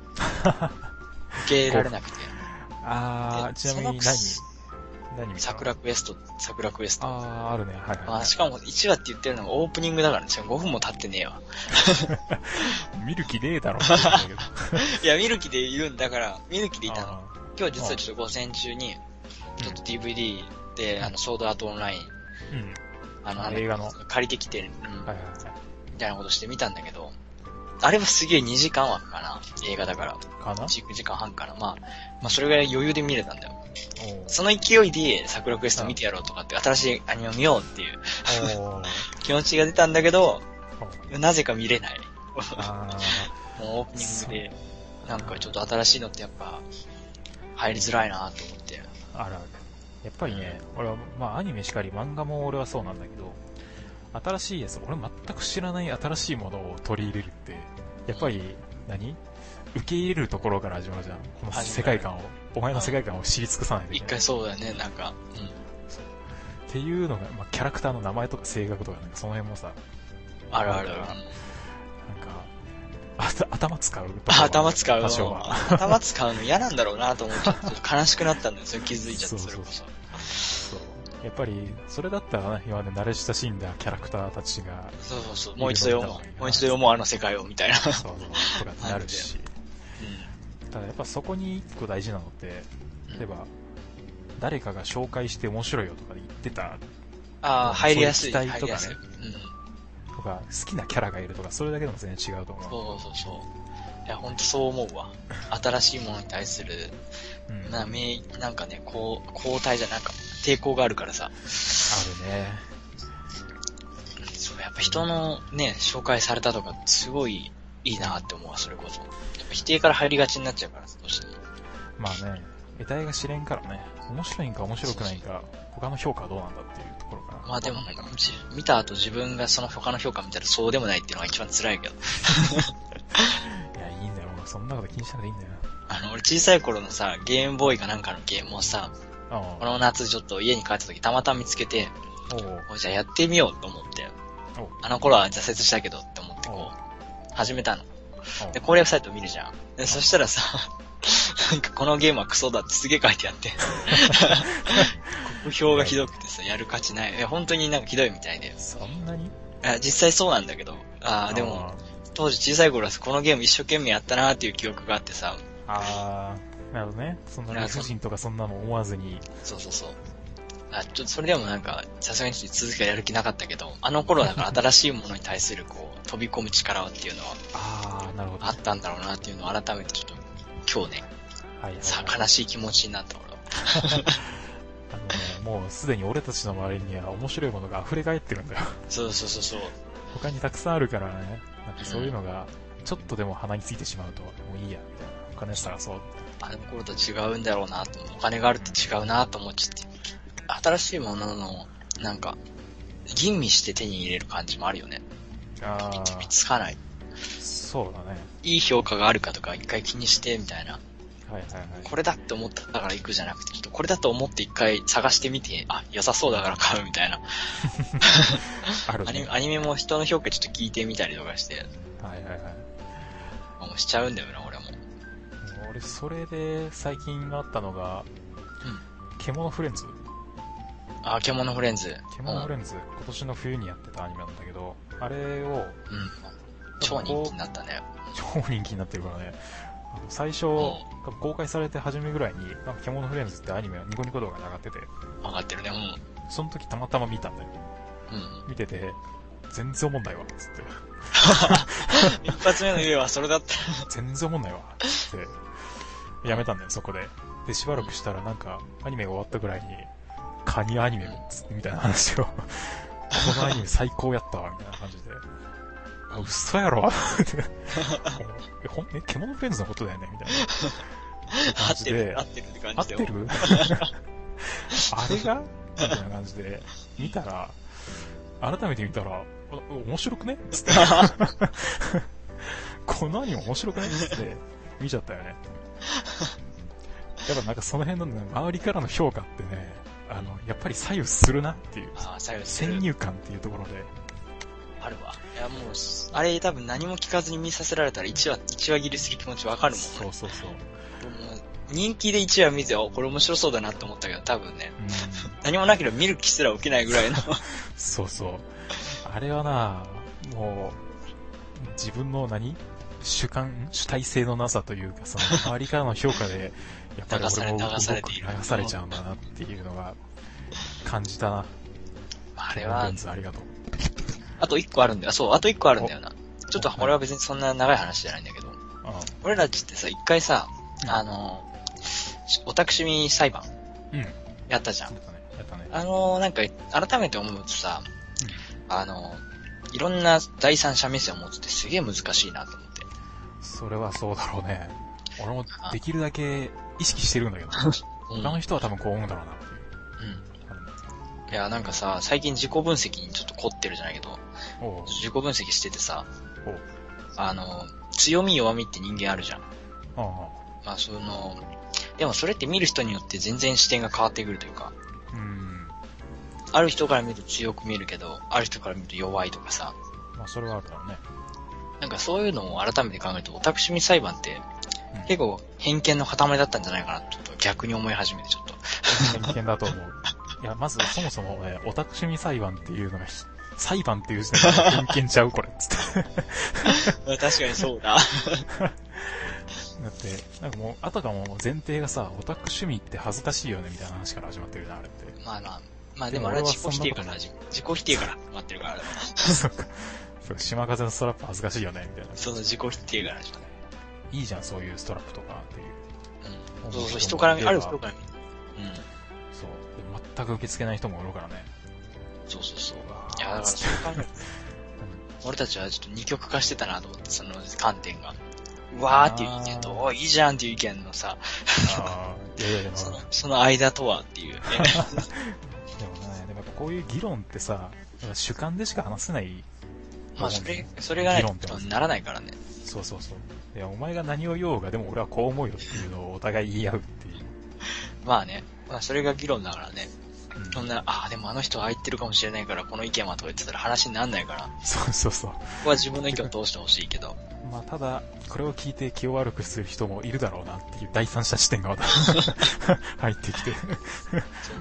A: け入れられなくて。
B: ああ、
A: で
B: ちなみに何
A: そ
B: 何見た
A: 桜クエスト、桜クエスト。
B: ああ、あるね。はいはい、
A: まあ、しかも1話って言ってるのがオープニングだからね、しかも5分も経ってねえわ。
B: 見る気ねえだろって思うんだけど。
A: いや、見る気でいるんだから、 見る気でいたの。
B: あ
A: 今日実はちょっと午前中に、
B: ー
A: ちょっと DVD で、あの、ソードアートオンライン、
B: うん。うん
A: あの、
B: あ
A: なんだっけ
B: 映画の
A: 借りてきて、うん、
B: はいはいはい。
A: みたいなことして見たんだけど、あれはすげえ2時間枠かな、映画だから。
B: か な
A: 1時間半かな。まあ、まあ、それぐらい余裕で見れたんだよ。
B: おー
A: その勢いで、桜クエスト見てやろうとかって、新しいアニメを見ようっていう
B: おー
A: 気持ちが出たんだけど、
B: おー
A: なぜか見れない。
B: あ
A: もうオープニングで、なんかちょっと新しいのってやっぱ、入りづらいなと思って。
B: あ、あるある。やっぱりね、俺は、まあアニメしかり、漫画も俺はそうなんだけど、新しいやつ、俺全く知らない新しいものを取り入れるって、やっぱり、何受け入れるところから始まるじゃん。この世界観を、お前の世界観を知り尽くさないとい
A: 一
B: けない。
A: 回
B: っ
A: そうだよね、なんか。うん。
B: ていうのが、まあキャラクターの名前とか性格とか、なんかその辺もさ、
A: あるある。
B: なんか、あた頭使うところはあ る。
A: 頭使う
B: 多少は。
A: の。頭使うの嫌なんだろうなと思って、ちょっと悲しくなったんですよ、気づいちゃって、それこそ。
B: そうやっぱり、それだったらね、今まで慣れ親しんだキャラクターた ちが、
A: そうそうそう。もう一度読もう。もう一度読もう、あの世界を、みたいな。
B: そうそう、とかってなるし。ただやっぱそこに一個大事なのって、
A: うん
B: 例えば、誰かが紹介して面白いよとか言ってた
A: ああ、入りやすい。
B: そういう
A: 入
B: 期待
A: り
B: とかね
A: やすい。うん。
B: とか、好きなキャラがいるとか、それだけでも全然違うと思う。
A: そうそうそう。いや、ほんとそう思うわ。新しいものに対する、
B: うん、あ
A: な、め、なんかね、こう、交代じゃなんか、抵抗があるからさ。
B: るね。
A: そう、やっぱ人のね、紹介されたとか、すごいいいなって思うわ、それこそ。やっぱ否定から入りがちになっちゃうから、どうしても。
B: まあね、得体が知れんからね、面白いんか面白くないんか、他の評価はどうなんだっていうところかな。
A: まあでも
B: わかんないから、
A: じ見た後自分がその他の評価見たらそうでもないっていうのが一番辛いけど。
B: いや、いいんだよ。そんなこと気にしなくていいんだよ。
A: あの、俺小さい頃のさ、ゲームボーイかなんかのゲームをさ、
B: あ
A: こ
B: あ。
A: の夏ちょっと家に帰った時たまたま見つけて、
B: おう
A: おじゃあやってみようと思って
B: お。
A: あの頃は挫折したけどって思ってこう、始めたの。で、攻略サイト見るじゃん。で、そしたらさ、なんかこのゲームはクソだってすげえ書いてあって。国評がひどくてさ、やる価値ない。え、本当になんかひどいみたいで。
B: そんなに
A: あ実際そうなんだけど。あーでも、、当時小さい頃はこのゲーム一生懸命やったなーっていう記憶があってさ。
B: ああ、なるほどね。そんな理不尽とかそんなの思わずに、
A: そうそうそう。あ、ちょっとそれでもなんか、さすがにちょっと続きはやる気なかったけど、あの頃だから新しいものに対するこう、飛び込む力っていうのは
B: ああ、なるほど。
A: あったんだろうなっていうのを改めてちょっと、今日ね、
B: はいはい
A: さ、悲しい気持ちになった俺は。
B: あのね、もうすでに俺たちの周りには面白いものが溢れ返ってるんだよ。
A: そうそうそうそう。
B: 他にたくさんあるからね、なんかそういうのが、ちょっとでも鼻についてしまうと、もういいや、みたいな。他のやつ探そう。
A: あの頃と違うんだろうなと思うお金があると違うなと思っちゃって。新しいものの、なんか、吟味して手に入れる感じもあるよね。
B: ああ、
A: つかない。
B: そうだね。
A: いい評価があるかとか一回気にしてみたいな。
B: はいはいはい。
A: これだって思ったから行くじゃなくて、ちょっとこれだと思って一回探してみて、あ、良さそうだから買うみたいな。
B: ある
A: アニメ
B: ね。
A: アニメも人の評価ちょっと聞いてみたりとかして、
B: はいはいはい。
A: もうしちゃうんだよな、俺も。
B: 俺、それで最近あったのが、獣フレンズ。
A: あ、獣フレンズ。
B: 獣フレンズ、今年の冬にやってたアニメなんだけど、あれを、
A: うん。うん超人気になったね。
B: 超人気になってるからね。あの最初、公開されて初めぐらいに、なんか獣フレンズってアニメ、ニコニコ動画に上がってて、
A: 上がってるね、う
B: その時たまたま見たんだよ。
A: ん。うん。
B: 見てて、全然おもんないわ、つって。
A: 一発目の家はそれだった。
B: 全然おもんないわ、つって。やめたんだよ、そこで。で、しばらくしたらなんか、アニメが終わったぐらいに、カニアニメつってみたいな話を、このアニメ最高やったわ、みたいな感じで。あ嘘やろってえ、ほん、え、獣フレンズのことだよねみたいな。
A: 合
B: マ
A: っ
B: ジ
A: て
B: で
A: る、合ってるって感
B: 合っ
A: じ
B: て
A: だ
B: る
A: よ。
B: あれがみたいな感じで、見たら、改めて見たら、お面白くねつって。このアニメ面白くねつって、見ちゃったよね。やっぱなんかその辺のね、周りからの評価ってね、あの、やっぱり左右するなっていう、
A: ああ、最後す
B: 先
A: る。
B: 入観っていうところで、
A: あるわ。いや、もう、あれ多分何も聞かずに見させられたら1話、一話切りする気持ちわかるもん。
B: そうそうそう。
A: もう人気で1話見て、あこれ面白そうだなって思ったけど、多分ね、
B: うん、
A: 何もなければ見る気すら起きないぐらいの。
B: そうそう。あれはな、もう、自分の何主観、主体性のなさというか、その周りからの評 価で、やっぱり
A: 流され
B: 俺も
A: 流されている
B: 動く流されちゃうんだなっていうのが、感じたな。
A: あれ
B: ロ
A: は
B: ンズありがとう。
A: あと1個あるんだよ。そう、あと1個あるんだよな。ちょっと、俺は別にそんな長い話じゃないんだけど、俺らっちってさ、一回さ、
B: うん
A: あの、オタク趣味裁判
B: うん。うん。や
A: やったじゃん。
B: ったね。やったね。
A: あの、なんか、改めて思うとさ、あの、いろんな第三者目線を持つってすげえ難しいなと思って。
B: それはそうだろうね。俺もできるだけ意識してるんだけど、
A: うん。
B: 他の人は多分こう思うんだろうなっていう。
A: う
B: あるね
A: ん。いや、なんかさ、最近自己分析にちょっと凝ってるじゃないけど、
B: おう
A: 自己分析しててさ、
B: おう
A: あの、強み弱みって人間あるじゃん。
B: ああ
A: まあ、その、でもそれって見る人によって全然視点が変わってくるというか、
B: うん。
A: ある人から見ると強く見るけど、ある人から見ると弱いとかさ、
B: まあ、それはあるだろうね。
A: なんかそういうのを改めて考えると、オタク趣味裁判って
B: うん、
A: 結構偏見の塊だったんじゃないかなと、ちょっと逆に思い始めて、ちょっと。
B: 偏見だと思う。いや、まず、そもそも、えーオタク趣味裁判っていうのがひ、裁判っていう時点で偏見ちゃう、これ、つって。
A: 確かにそうだ。
B: だって、なんかもう、あたかも前提がさ、オタク趣味って恥ずかしいよね、みたいな話から始まってるじゃん、あれって。
A: まあな、まあでもあれは自己否定から、
B: でも俺は
A: 自自己否定から始まってるから、あれは
B: そうか。そう島風のストラップ恥ずかしいよね、みたいな。
A: その自己否定から始まる。
B: いいじゃん、そういうストラップとかっていう。
A: うん。そうそう、人から見、ある人
B: そう。
A: から見る。うん。
B: 全く受け付けない人もおるからね。
A: そうそうそう。
B: うわ
A: いや、だから
B: ー
A: そう考えると俺たちはちょっと二極化してたなと思って、その観点が。うわーっていう意見
B: あ
A: と、
B: ー
A: おーいいじゃんっていう意見のさ、
B: あーいやいや、でも、
A: そのその間とはっていう ね。
B: でもね、でもやっぱこういう議論ってさ、主観でしか話せない
A: まあそれ、それがない
B: 議論ってこと
A: とならないからね。
B: そうそうそう。いや、お前が何を言おうが、でも俺はこう思うよっていうのをお互い言い合うっていう。
A: まあね、まあそれが議論だからね。
B: うん
A: そんな、ああ、でもあの人はああ言ってるかもしれないから、この意見はとか言ってたら話にならないから、こ
B: そうそうそう。
A: こは自分の意見を通してほしいけど。
B: まあ、ただ、これを聞いて気を悪くする人もいるだろうなっていう第三者視点がまた 入ってきて、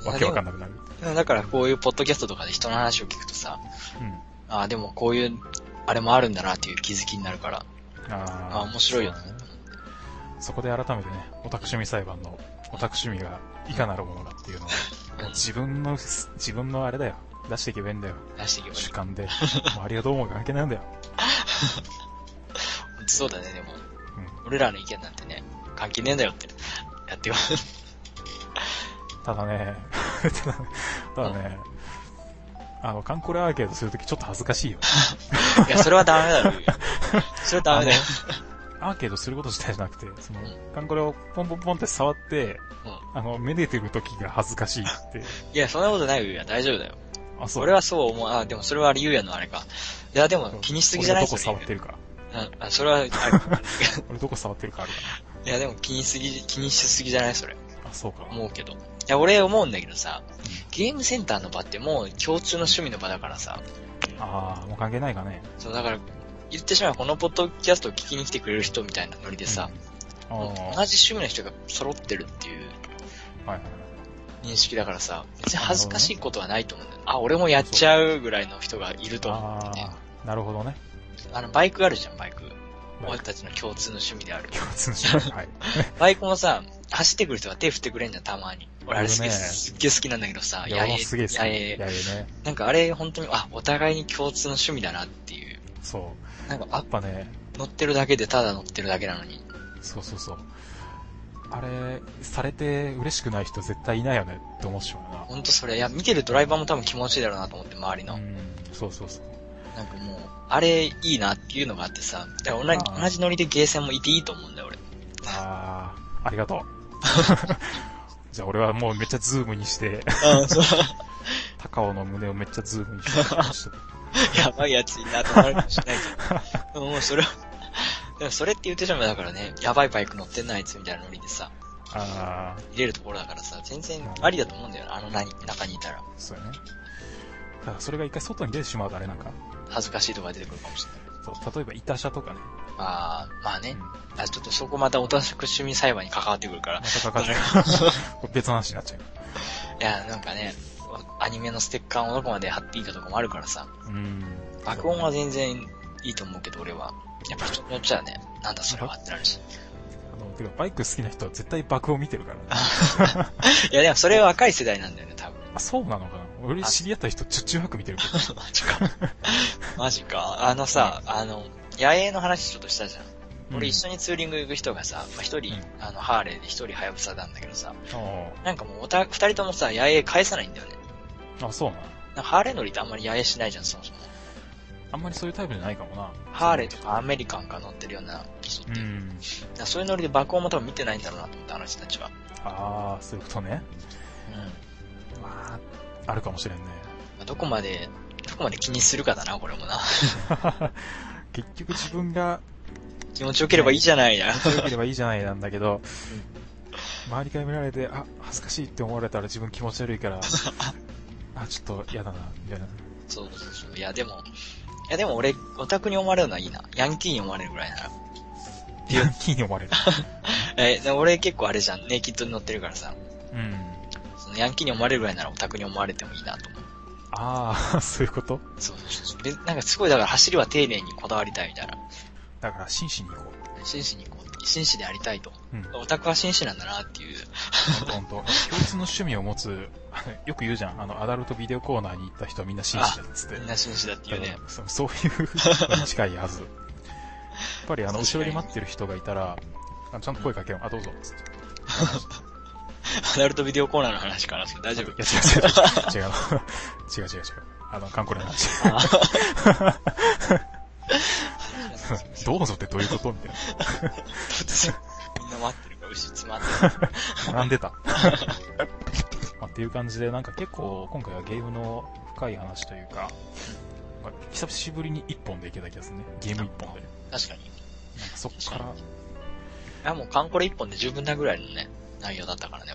B: わけわかんなくなる。
A: でもだからこういうポッドキャストとかで人の話を聞くとさ、
B: うん。
A: ああ、でもこういう、あれもあるんだなっていう気づきになるから、
B: あ
A: ああ、面白いよね
B: そうだ。そこで改めてね、オタク趣味裁判のオタク趣味がいかなるものかっ ていうのを、もう自分の、自分のあれだよ。出していけばいいんだよ。
A: 出していけばいい
B: 主 観で。もうありがとうも関係ないんだよ。
A: そうだね、でも。
B: うん。
A: 俺らの意見なんてね、関係ねえんだよって。やってよ。
B: ただね、 ただただね、あの、カンコレアーケードするときちょっと恥ずかしいよ。
A: いや、それはダメだろ。それはダメだよ。
B: アーケードすること自体じゃなくて、その、カンコレをポンポンポンって触って、あの、めでてるときが恥ずかしい って。
A: いや、そんなことないよ、ゆうや。大丈夫だよ。
B: あ、そう。
A: 俺はそう思う。あ、でもそれはあれゆうやのあれか。いや、でも気にしすぎじゃない
B: 俺どこ触って
A: る。
B: るか。
A: うんあ、それは、あれ
B: 俺どこ触ってるかあるか
A: いや、でも気にすぎ、気にしすぎじゃないそれ。
B: あ、そうか。
A: 思うけど。いや、俺思うんだけどさ、ゲームセンターの場ってもう共通の趣味の場だからさ、
B: ああ、もう関係ないかね。
A: そう、だから、言ってしまえばこのポッドキャストを聞きに来てくれる人みたいなノリでさ、
B: うん、ああ、
A: もう
B: はい
A: 同じ趣味の人が揃ってるっていう
B: はい。
A: 認識だからさ、別に恥ずかしいことはないと思うんだよ。あ、俺もやっちゃうぐらいの人がいると思うんだよね。
B: ああ、なるほどね。
A: あの、バイクあるじゃん、バイク。
B: バイ
A: 俺
B: ク
A: たちの共通の趣味である。
B: 共通の趣味。はい。
A: バイクもさ、走ってくる人は手振ってくれんじゃん、たまに。俺あれすげえ、
B: 俺ね
A: すっげえ好きなんだけどさ、
B: いや、俺もすげえ好き。
A: や
B: や
A: え
B: えね。
A: なんかあれ、本当に、あ、お互いに共通の趣味だなっていう。
B: そう。
A: なんか、
B: や
A: あ
B: っ、ぱね、
A: 乗ってるだけで、ただ乗ってるだけなのに。
B: そうそうそう。あれ、されて嬉しくない人絶対いないよねって思っちゃう
A: ほんとそれ、いや、見てるドライバーも多分気持ちいいだろうなと思って、周り
B: よ
A: の
B: な。う。ん、そうそうそう。
A: なんかもう、あれ、いいなっていうのがあってさ、だから同
B: あ
A: じ、
B: ー
A: 同じノリでゲーセンもいていいと思うんだよ、俺。
B: ああ、ありがとう。 じゃあ俺はもうめっちゃズームにして、
A: うん、そう。
B: 高尾の胸をめっちゃズームにして、
A: やばいやつになとなるかもしれないけど。でももうそれはでもそれって言ってしまえばだからね、やばいバイク乗ってんなあいつみたいなノリでさ、
B: ああ、
A: 入れるところだからさ、全然ありだと思うんだよな、あのなに中にいたら。
B: そうやね。だからそれが一回外に出てしまうとあれなんか、
A: 恥ずかしいとこが出てくるかもしれない。
B: そう例えば板車とかね、
A: まあ、まあね
B: うん。
A: あちょっとそこまたおとなしく趣味裁判に関わってくるから
B: ま。たかかってくるこれ 別の話になっちゃう。
A: いや、なんかね、アニメのステッカーをどこまで貼っていいかとかもあるからさ、
B: うん。
A: 爆音は全然いいと思うけど俺は。やっぱ人によっちゃね、なんだそれはってなるし。
B: あの、てかバイク好きな人は絶対爆音見てるからね。
A: いやでもそれは若い世代なんだよね、多分。
B: あ、そうなのかな俺
A: あ
B: 知り合った人、チュチュハク見てるけど。
A: マジか。マジか。あのさ、あの、野営の話ちょっとしたじゃん。 俺一緒にツーリング行く人がさ、まあ、一人、
B: う
A: あの、ハーレーで一人ハヤブサなんだけどさ、
B: うんあ
A: なんかもうおた、二人ともさ、野営返さないんだよね。
B: ああ、そうなの
A: なんかハーレー乗りってあんまり野営しないじゃん、そもそも。
B: あんまりそういうタイプじゃないかもな。
A: ハーレーとかアメリカンが乗ってるような人って。
B: う
A: だ
B: ん。
A: からそういうノリで爆音も多分見てないんだろうなと思って、あの人たちは。
B: ああ、そういうことね。
A: うん。ま
B: まあ、あるかもしれんね。
A: あ、どこまで、どこまで気にするかだな、これもな。
B: 結局自分が
A: 気持ちよければいいじゃないな。
B: 強ければいいじゃないなんだけど、周りから見られて、あ、恥ずかしいって思われたら自分気持ち悪 いから、あ、ちょっと嫌だな、みたいな。
A: そうそうそう。いや、でも、いや、でも俺、オタクに思われるのはいいな。ヤンキーに思われるぐらいなら。
B: ヤンキーに思わ れる。
A: え、で俺結構あれじゃん。ネイキッドに乗ってるからさ。
B: うん。
A: そのヤンキーに思われるぐらいならオタクに思われてもいいなと思う。
B: ああ、そういうこと
A: そうそうそう。で、なんかすごいだから走りは丁寧にこだわりたいみたいな。
B: だから真摯に行こう。
A: 真摯にこう、真摯でありたいと。
B: うん。
A: オタクは真摯なんだなっていう。
B: 本当共通の趣味を持つ、 あのよく言うじゃん、あの、アダルトビデオコーナーに行った人はみんな紳士だっつって
A: みん。な真摯だっていうね。
B: そそういうのに近いはず。やっぱりあの、後ろに待ってる人がいたら、あちゃんと声かけよう。あ、どうぞ。つって
A: アダルトビデオコーナーの話から、それ大丈夫
B: いや、違う違う違う。違 うの違う違う違う。あの、カンコレの話。どうぞってどういうことみたい
A: みんな待ってるから、牛詰まって
B: な。並んでた。まあ、っていう感じで、なんか結構、今回はゲームの深い話というか、まあ久しぶりに一本でいけた気がするね。ゲーム一本で。
A: る。確かに。い
B: なんかそっから、
A: や、もうカンコレ一本で十分なぐらいのね、内容だったからね。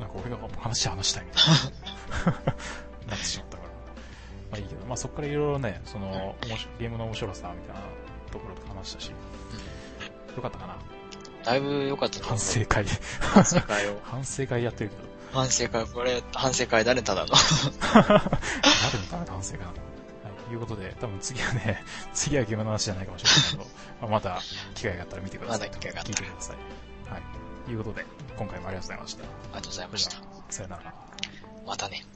B: なんか俺が話話したいみたい な、な ってしまったから。まあいいけど、まあそっからいろいろね、その、おもしゲームの面白さみたいなところとか話したし、よかったかな。
A: だいぶ良かったと思
B: 反
A: う。
B: 省会。
A: 反省会を。
B: 反省会やってるけど、
A: 反省会、これ、反省会だね、ただの。
B: 誰のための反省会なのはい、ということで、多分次はね、 次はゲームの話じゃないかもしれないけど、まあまた機会があったら見てください。
A: まだ機会があったら
B: 聞いてください。はい。ということで、今回もありがとうございました。
A: ありがとうございました。
B: さよなら。
A: またね。